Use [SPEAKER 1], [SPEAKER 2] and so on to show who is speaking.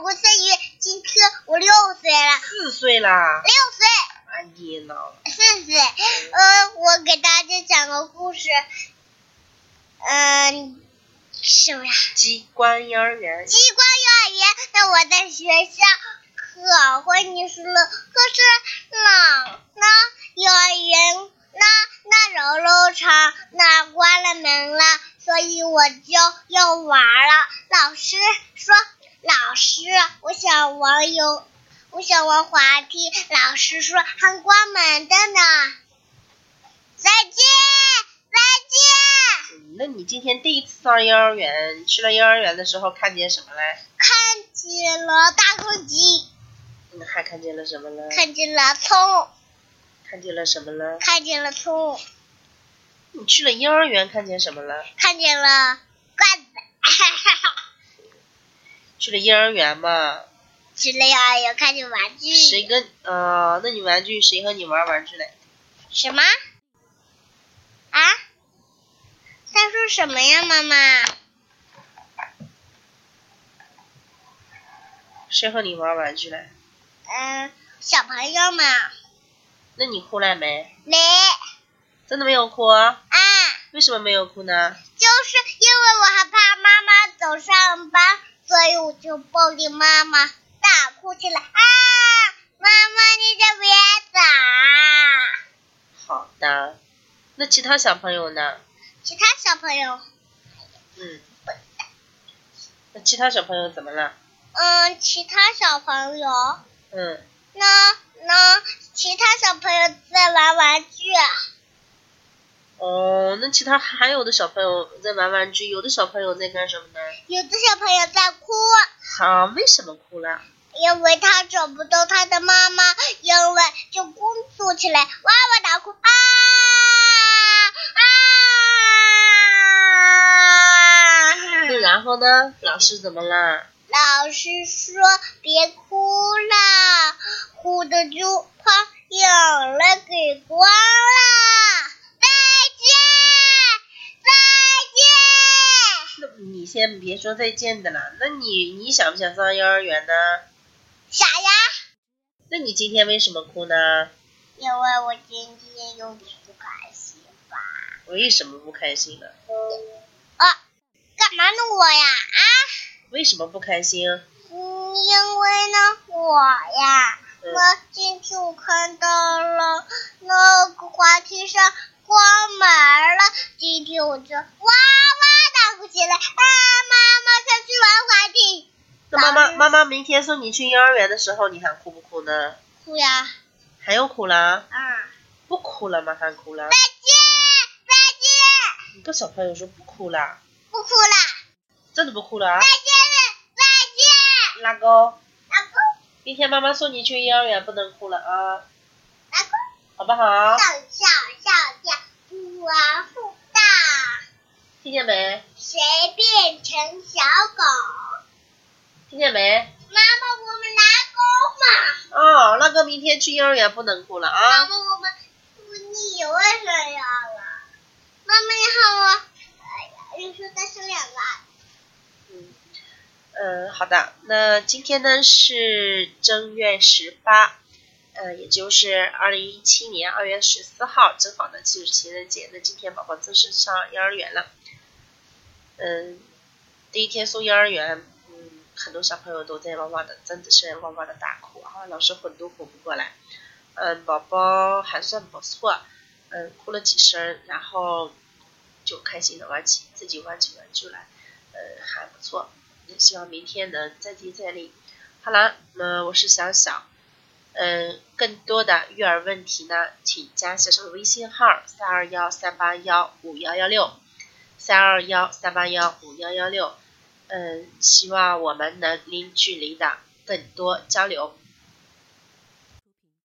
[SPEAKER 1] 我是于今天我六岁了，
[SPEAKER 2] 四岁啦！
[SPEAKER 1] 六岁
[SPEAKER 2] 哎呀呢，
[SPEAKER 1] 四岁。呃，我给大家讲个故事，嗯、什么呀？
[SPEAKER 2] 机关幼儿园
[SPEAKER 1] 机关幼儿园，那我在学校可会念书了。可是那那幼儿园那那游乐场那关了门了，所以我就又玩了。老师说，老师，我想玩游，我想玩滑梯。老师说还关门的呢。再见，再见。
[SPEAKER 2] 嗯那你今天第一次上幼儿园，去了幼儿园的时候看见什么嘞？
[SPEAKER 1] 看见了大公鸡，
[SPEAKER 2] 嗯，还看见了什么嘞？
[SPEAKER 1] 看见了葱。
[SPEAKER 2] 看见了什么嘞？
[SPEAKER 1] 看见了葱，
[SPEAKER 2] 你去了幼儿园看见什么了？
[SPEAKER 1] 看见了罐子，
[SPEAKER 2] 去了幼儿园嘛，
[SPEAKER 1] 之类啊，有看见玩具。
[SPEAKER 2] 谁跟呃？那你玩具谁和你玩玩具嘞？
[SPEAKER 1] 什么？啊？在说什么呀，妈妈？
[SPEAKER 2] 谁和你玩玩具嘞？
[SPEAKER 1] 嗯，小朋友们，
[SPEAKER 2] 那你哭了没？
[SPEAKER 1] 没啊，
[SPEAKER 2] 真的没有哭啊？为什么没有哭呢？
[SPEAKER 1] 就是因为我害怕妈妈走上班，所以我就抱着妈妈大哭起来啊！妈妈，你就别走。
[SPEAKER 2] 好的，那其他小朋友呢？
[SPEAKER 1] 其他小朋友，
[SPEAKER 2] 嗯，那其他小朋友怎么了？
[SPEAKER 1] 嗯，其他小朋友。
[SPEAKER 2] 嗯，
[SPEAKER 1] 那那其他小朋友在玩玩具，
[SPEAKER 2] 哦，那其他还有的小朋友在玩玩具，有的小朋友在干什么呢？
[SPEAKER 1] 有的小朋友在哭，
[SPEAKER 2] 好，为什么哭了？
[SPEAKER 1] 因为他找不到他的妈妈，因为就哭诉起来，哇哇大哭啊
[SPEAKER 2] 那
[SPEAKER 1] 啊！
[SPEAKER 2] 然后呢？老师怎么啦？
[SPEAKER 1] 老师说别哭啦，哭的就怕眼泪给光啦。再见，再见。
[SPEAKER 2] 那你先别说再见的了，那你你想不想上幼儿园呢？
[SPEAKER 1] 傻呀，
[SPEAKER 2] 那你今天为什么哭呢？
[SPEAKER 1] 因为我今天有点不开心吧。
[SPEAKER 2] 为什么不开心呢？
[SPEAKER 1] 啊，干嘛弄我呀？啊，
[SPEAKER 2] 为什么不开心？
[SPEAKER 1] 嗯，因为呢我呀，
[SPEAKER 2] 嗯
[SPEAKER 1] 我今天我看到了那个滑梯上关门了，今天我就哇哇大哭起来，啊，妈妈快去玩滑梯，
[SPEAKER 2] 那妈
[SPEAKER 1] 老
[SPEAKER 2] 妈
[SPEAKER 1] 师
[SPEAKER 2] 妈妈明天送你去幼儿园的时候，你还哭不哭呢？
[SPEAKER 1] 哭呀，
[SPEAKER 2] 还要哭啦？
[SPEAKER 1] 啊，
[SPEAKER 2] 不哭了吗？还哭啦？
[SPEAKER 1] 再见，再
[SPEAKER 2] 你跟小朋友说不哭啦，
[SPEAKER 1] 见，不哭了，
[SPEAKER 2] 真的不哭了啊？
[SPEAKER 1] 再见，再
[SPEAKER 2] 拉钩，
[SPEAKER 1] 见，老公，
[SPEAKER 2] 明天妈妈送你去幼儿园，不能哭了
[SPEAKER 1] 老公。
[SPEAKER 2] 啊，好不好
[SPEAKER 1] 上？上上上，不玩不大，
[SPEAKER 2] 听见没？
[SPEAKER 1] 谁变成小狗？
[SPEAKER 2] 听见没？
[SPEAKER 1] 妈妈，我们拿钩
[SPEAKER 2] 哦，拉钩，明天去幼儿园不能哭了
[SPEAKER 1] 嘛。妈
[SPEAKER 2] 啊。
[SPEAKER 1] 妈，我们你为什么要了？妈妈，你好啊。哎呀，你说再生两个啊。
[SPEAKER 2] 嗯，嗯，好的。那今天呢是正月十八，呃，也就是二零一七年二月十四号，正好呢就是情人节。那今天宝宝正式上幼儿园了。嗯，第一天送幼儿园，嗯，很多小朋友都在哇哇的，真的是哇哇的大哭啊，老师哄都哄不过来。嗯，宝宝还算不错，嗯，哭了几声，然后就开心的玩起自己玩起玩具来。呃，还不错，也希望明天能再接再厉。好啦，那我是小小，嗯、更多的育儿问题呢，请加小小的微信号三二幺三八幺五幺幺六，三二幺三八幺五幺呃幺六，嗯，希望我们能零距离的更多交流。